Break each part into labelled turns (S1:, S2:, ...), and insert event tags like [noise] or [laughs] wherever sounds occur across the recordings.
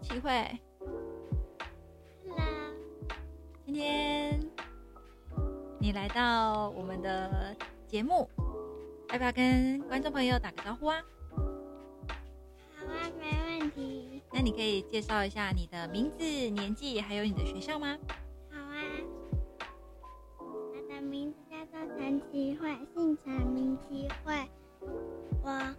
S1: 齐慧。
S2: Hello，
S1: 今天你来到我们的节目，要不要跟观众朋友打个招呼啊？
S2: 好啊，没问题。
S1: 那你可以介绍一下你的名字、年纪，还有你的学校吗？
S2: 好啊，我的名字叫做陈奇慧，姓陈名奇慧。我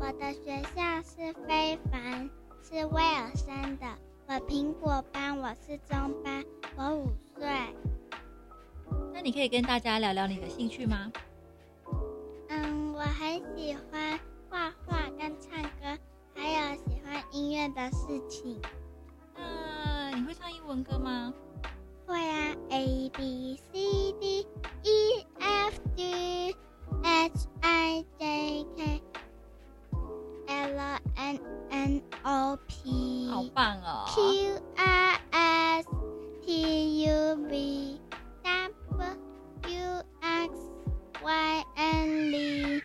S2: 我的学校是非凡，是威尔森的。我苹果班，我是中班，我五岁。
S1: 那你可以跟大家聊聊你的兴趣吗？
S2: 嗯，我很喜欢画画跟唱歌，还有喜欢音乐的事情。
S1: 那你会唱英文歌吗？
S2: 会啊，A B C D E F G H I J K L N N O
S1: 好
S2: P
S1: 棒哦！
S2: Q R S T U V W X Y and Z.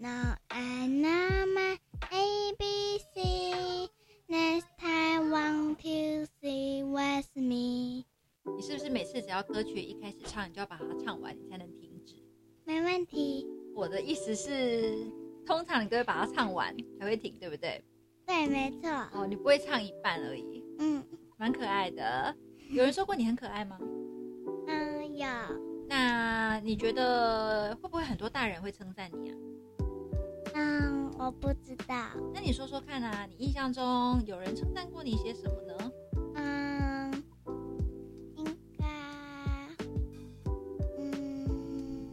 S2: Now I know my ABC. Next time, want to see with me.
S1: 你是不是每次只要歌曲一开始唱，你就要把它唱完，你才能停止？
S2: 没问题，
S1: 我的意思是，通常你都会把它唱完才会停，对不对？
S2: 对，没错，
S1: 哦，你不会唱一半而已，
S2: 嗯
S1: 蛮可爱的。有人说过你很可爱吗？
S2: 嗯，有，
S1: 那你觉得会不会很多大人会称赞你啊？
S2: 嗯，我不知道，
S1: 那你说说看啊，你印象中有人称赞过你些什么呢？
S2: 嗯，应该，嗯，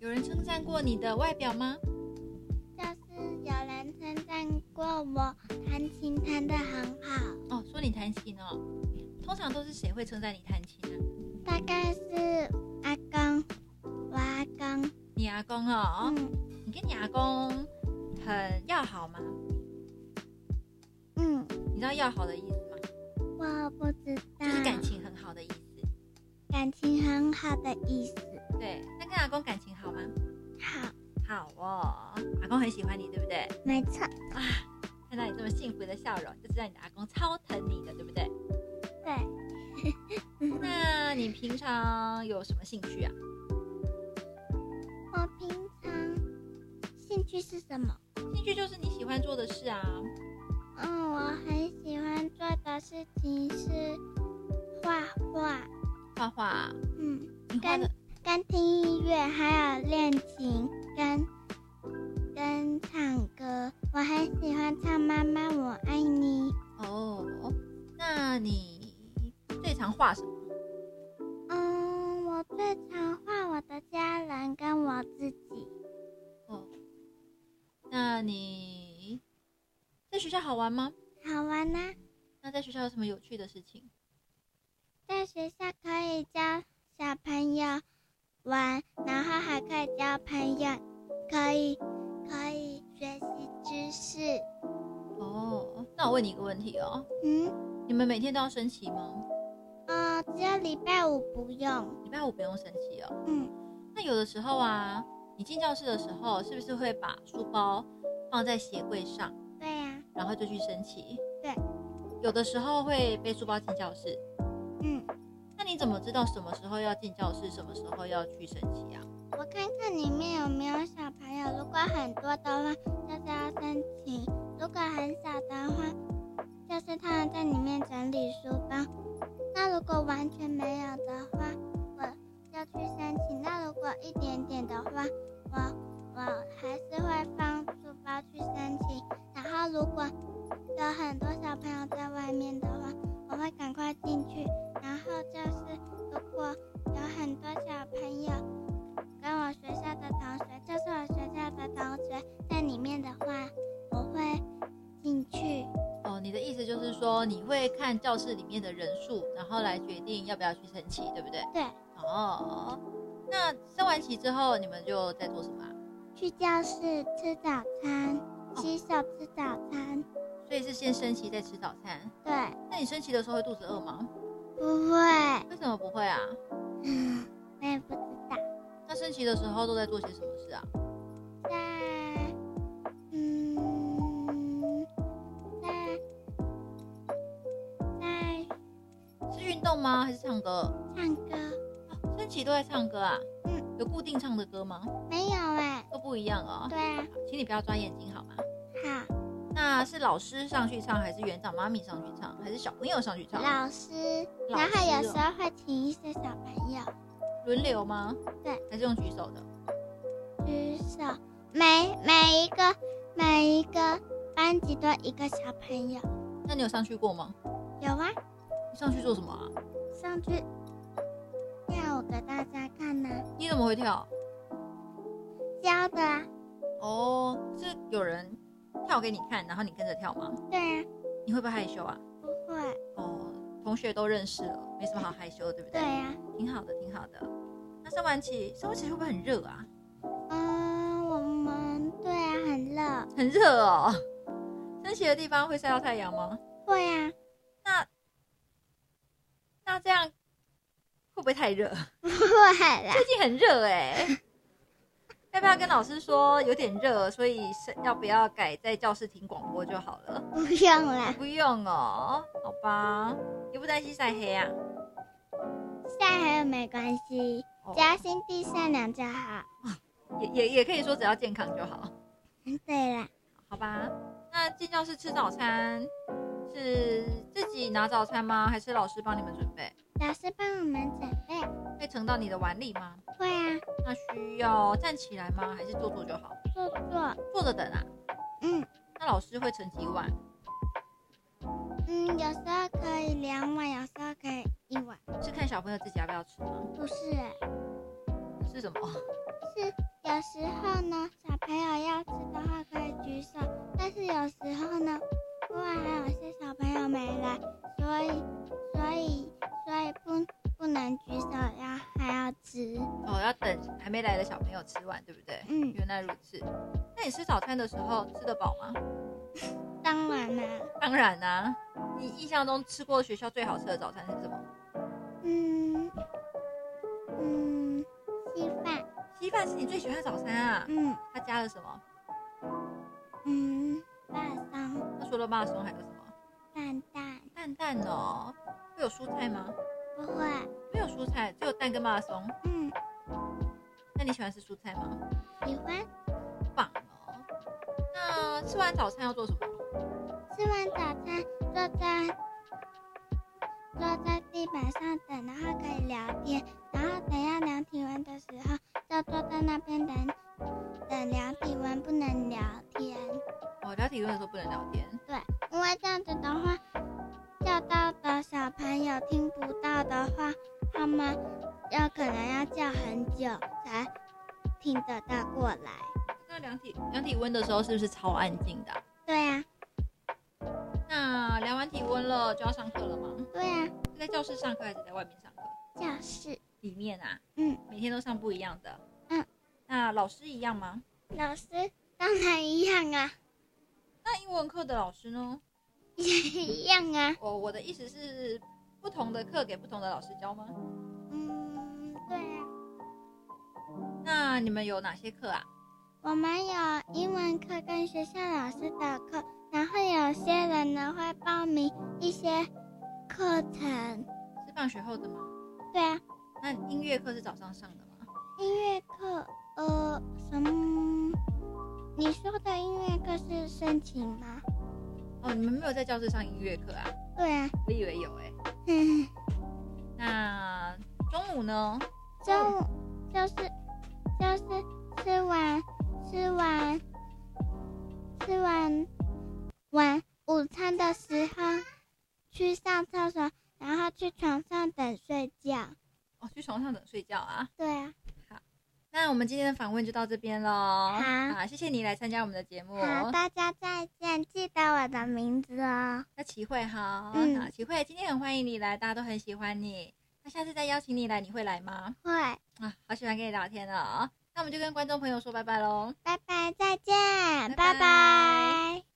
S1: 有人称赞过你的外表吗？
S2: 就是有人称赞过我弹琴弹得很好，
S1: 哦，说你弹琴哦，通常都是谁会称赞你弹琴啊？
S2: 大概是阿公，我阿公，
S1: 你阿公哦，
S2: 嗯
S1: 你跟你阿公很要好吗？
S2: 嗯，
S1: 你知道要好的意思吗？
S2: 我不知
S1: 就
S2: 道，
S1: 是感情很好的意思。
S2: 感情很好的意思，
S1: 对，那跟阿公感情好吗？
S2: 好，
S1: 好哦，阿公很喜欢你，对不对？
S2: 没错，
S1: 啊，看到你这么幸福的笑容，就知道你的阿公超疼你的，对不对？
S2: 对。 [laughs]
S1: 那你平常有什么兴趣啊？
S2: 我平常兴趣是什么？
S1: 兴趣就是你喜欢做的事啊。
S2: 嗯，我很喜欢做的事情是画画，
S1: 画画，
S2: 嗯，
S1: 你画的
S2: 跟听音乐，还有练琴，跟跟唱歌。我很喜欢唱《妈妈我爱你》。
S1: 哦。那你最常画什么？
S2: 嗯，我最常画我的家人跟我自己。
S1: 哦，那你在学校好玩吗？
S2: 好玩呢、
S1: 那在学校有什么有趣的事情？
S2: 在学校可以教小朋友玩，然后还可以交朋友，可以可以学习知识。
S1: 哦，那我问你一个问题哦，
S2: 嗯，
S1: 你们每天都要升旗吗？
S2: 呃，只有礼拜五不用。
S1: 礼拜五不用升旗哦。
S2: 嗯，
S1: 那有的时候啊，你进教室的时候，是不是会把书包放在鞋柜上，
S2: 对啊呀、
S1: 然后就去升旗？
S2: 对。
S1: 有的时候会背书包进教室，
S2: 嗯，
S1: 那你怎么知道什么时候要进教室，什么时候要去升旗啊？
S2: 我看看里面有没有小朋友，如果很多的话，就是要申请；如果很少的话，就是他们在里面整理书包。那如果完全没有的话，我要去申请；那如果一点点的话，我我还是会放书包去申请。然后如果有很多小朋友在外面的话，我会赶快进去。然后就是如果有很多小朋友。跟我学校的同学，就是我学校的同学，在里面的话，我会进去。
S1: 哦，你的意思就是说，你会看教室里面的人数，然后来决定要不要去升旗，对不对？
S2: 对，
S1: 哦，那升完旗之后，你们就在做什么、啊？
S2: 去教室吃早餐，
S1: 哦
S2: 洗手吃早餐。
S1: 所以是先升旗再吃早餐。
S2: 对，
S1: 那你升旗的时候会肚子饿吗？
S2: 不会，
S1: 为什么不会啊？
S2: 嗯，我也不知道。
S1: 那升旗的时候都在做些什么事啊？
S2: 在，嗯，
S1: 运动吗？还是唱歌？
S2: 唱歌
S1: 哦，升旗都在唱歌啊？
S2: 嗯，
S1: 有固定唱的歌吗？
S2: 没有哎、
S1: 都不一样哦。
S2: 对啊，
S1: 好，请你不要抓眼睛好吗？
S2: 好，
S1: 那是老师上去唱，还是园长妈咪上去唱，还是小朋友上去唱？
S2: 老师，
S1: 老
S2: 然后有
S1: 师哦
S2: 时候会请一些小朋友
S1: 轮流吗？
S2: 对，
S1: 还是用举手的？
S2: 举手，每每一个每一个班级都一个小朋友，
S1: 那你有上去过吗？
S2: 有啊，
S1: 你上去做什么啊？
S2: 上去跳舞给大家看呢、
S1: 你怎么会跳？
S2: 教的啊，
S1: 哦，是有人跳给你看，然后你跟着跳吗？
S2: 对啊，
S1: 你会不会害羞啊？
S2: 不会，
S1: 哦，同学都认识了，没什么好害羞，对不
S2: 对
S1: 对？
S2: 啊，
S1: 挺好的，挺好的。那升完旗，升完旗会不会很热啊？
S2: 嗯，我们对啊，很热，
S1: 很热哦。升旗的地方会晒到太阳吗？
S2: 会啊，
S1: 那那这样会不会太热？
S2: 不会啦，
S1: 最近很热哎、要不要跟老师说有点热，所以是要不要改在教室听广播就好了？
S2: 不用啦，
S1: 不用哦，好吧。你不担心晒黑啊？
S2: 晒黑没关系，
S1: 哦
S2: 只要心地善良就好。
S1: 也也也可以说只要健康就好，
S2: 嗯对啦，
S1: 好吧？那进教室吃早餐是自己拿早餐吗？还是老师帮你们准备？
S2: 老师帮我们准备。
S1: 会盛到你的碗里吗？
S2: 会啊，
S1: 那需要站起来吗？还是坐坐就好？
S2: 做做，
S1: 坐着等啊。
S2: 嗯
S1: 那老师会盛几碗？
S2: 嗯，有时候可以两碗，有时候可以一碗。
S1: 是看小朋友自己要不要吃吗？
S2: 不是欸，
S1: 是什么？ [laughs]
S2: 是有时候呢，小朋友要吃的话可以举手，但是有时候呢，因为还有些小朋友没来，所以所以所以不不能举手，要还要吃。
S1: 哦，要等还没来的小朋友吃完，对不对？
S2: 嗯，
S1: 原来如此。那你吃早餐的时候吃得饱吗？
S2: 当然啦、
S1: 当然啦、你印象中吃过学校最好吃的早餐是什么？
S2: 嗯嗯，稀饭，
S1: 稀饭是你最喜欢的早餐啊？
S2: 嗯
S1: 它加了什么？
S2: 嗯，大肠
S1: 它除了马松还有什么？
S2: 蛋蛋，
S1: 蛋蛋哦，会有蔬菜吗？
S2: 不会，
S1: 没有蔬菜，只有蛋跟马松。
S2: 嗯。
S1: 那你喜欢吃蔬菜吗？
S2: 喜欢
S1: 棒哦。那吃完早餐要做什么？
S2: 吃完早餐，坐在坐在地板上等，然后可以聊天，然后等要量体温的时候，就坐在那边等，等量体温，不能聊天，
S1: 哦，聊体温的时候不能聊天。
S2: 因为这样子的话，叫到的小朋友听不到的话，他们要可能要叫很久才听得到过来。
S1: 那量体量体温的时候是不是超安静的啊、
S2: 对呀、
S1: 那量完体温了就要上课了吗？
S2: 对呀、
S1: 是在教室上课还是在外面上课？
S2: 教室
S1: 里面啊，
S2: 嗯，
S1: 每天都上不一样的，
S2: 嗯。
S1: 那老师一样吗？
S2: 老师当然一样啊，
S1: 那英文课的老师呢？
S2: 也一样啊。
S1: 我我的意思是，不同的课给不同的老师教吗？
S2: 嗯，对呀、
S1: 那你们有哪些课啊？
S2: 我们有英文课跟学校老师的课，然后有些人呢会报名一些课程。
S1: 是放学后的吗？
S2: 对啊，
S1: 那音乐课是早上上的吗？
S2: 音乐课，呃，什么？你说的音乐课是申请吗？
S1: 哦，你们没有在教室上音乐课啊？
S2: 对啊，
S1: 我以为有诶、
S2: 嗯，
S1: 那中午呢？
S2: 中午就是就是吃完吃完吃完晚午餐的时候，去上厕所，然后去床上等睡觉。
S1: 哦，去床上等睡觉啊。
S2: 对啊，
S1: 那我们今天的访问就到这边喽。好谢谢你来参加我们的节目。哦
S2: 好，大家再见，记得我的名字哦。
S1: 那齐慧哈，啊
S2: 嗯
S1: 好，齐慧，今天很欢迎你来，大家都很喜欢你。那下次再邀请你来，你会来吗？
S2: 会，
S1: 啊，好喜欢跟你聊天哦。那我们就跟观众朋友说拜拜喽。
S2: 拜拜，再见，
S1: 拜拜
S2: 拜拜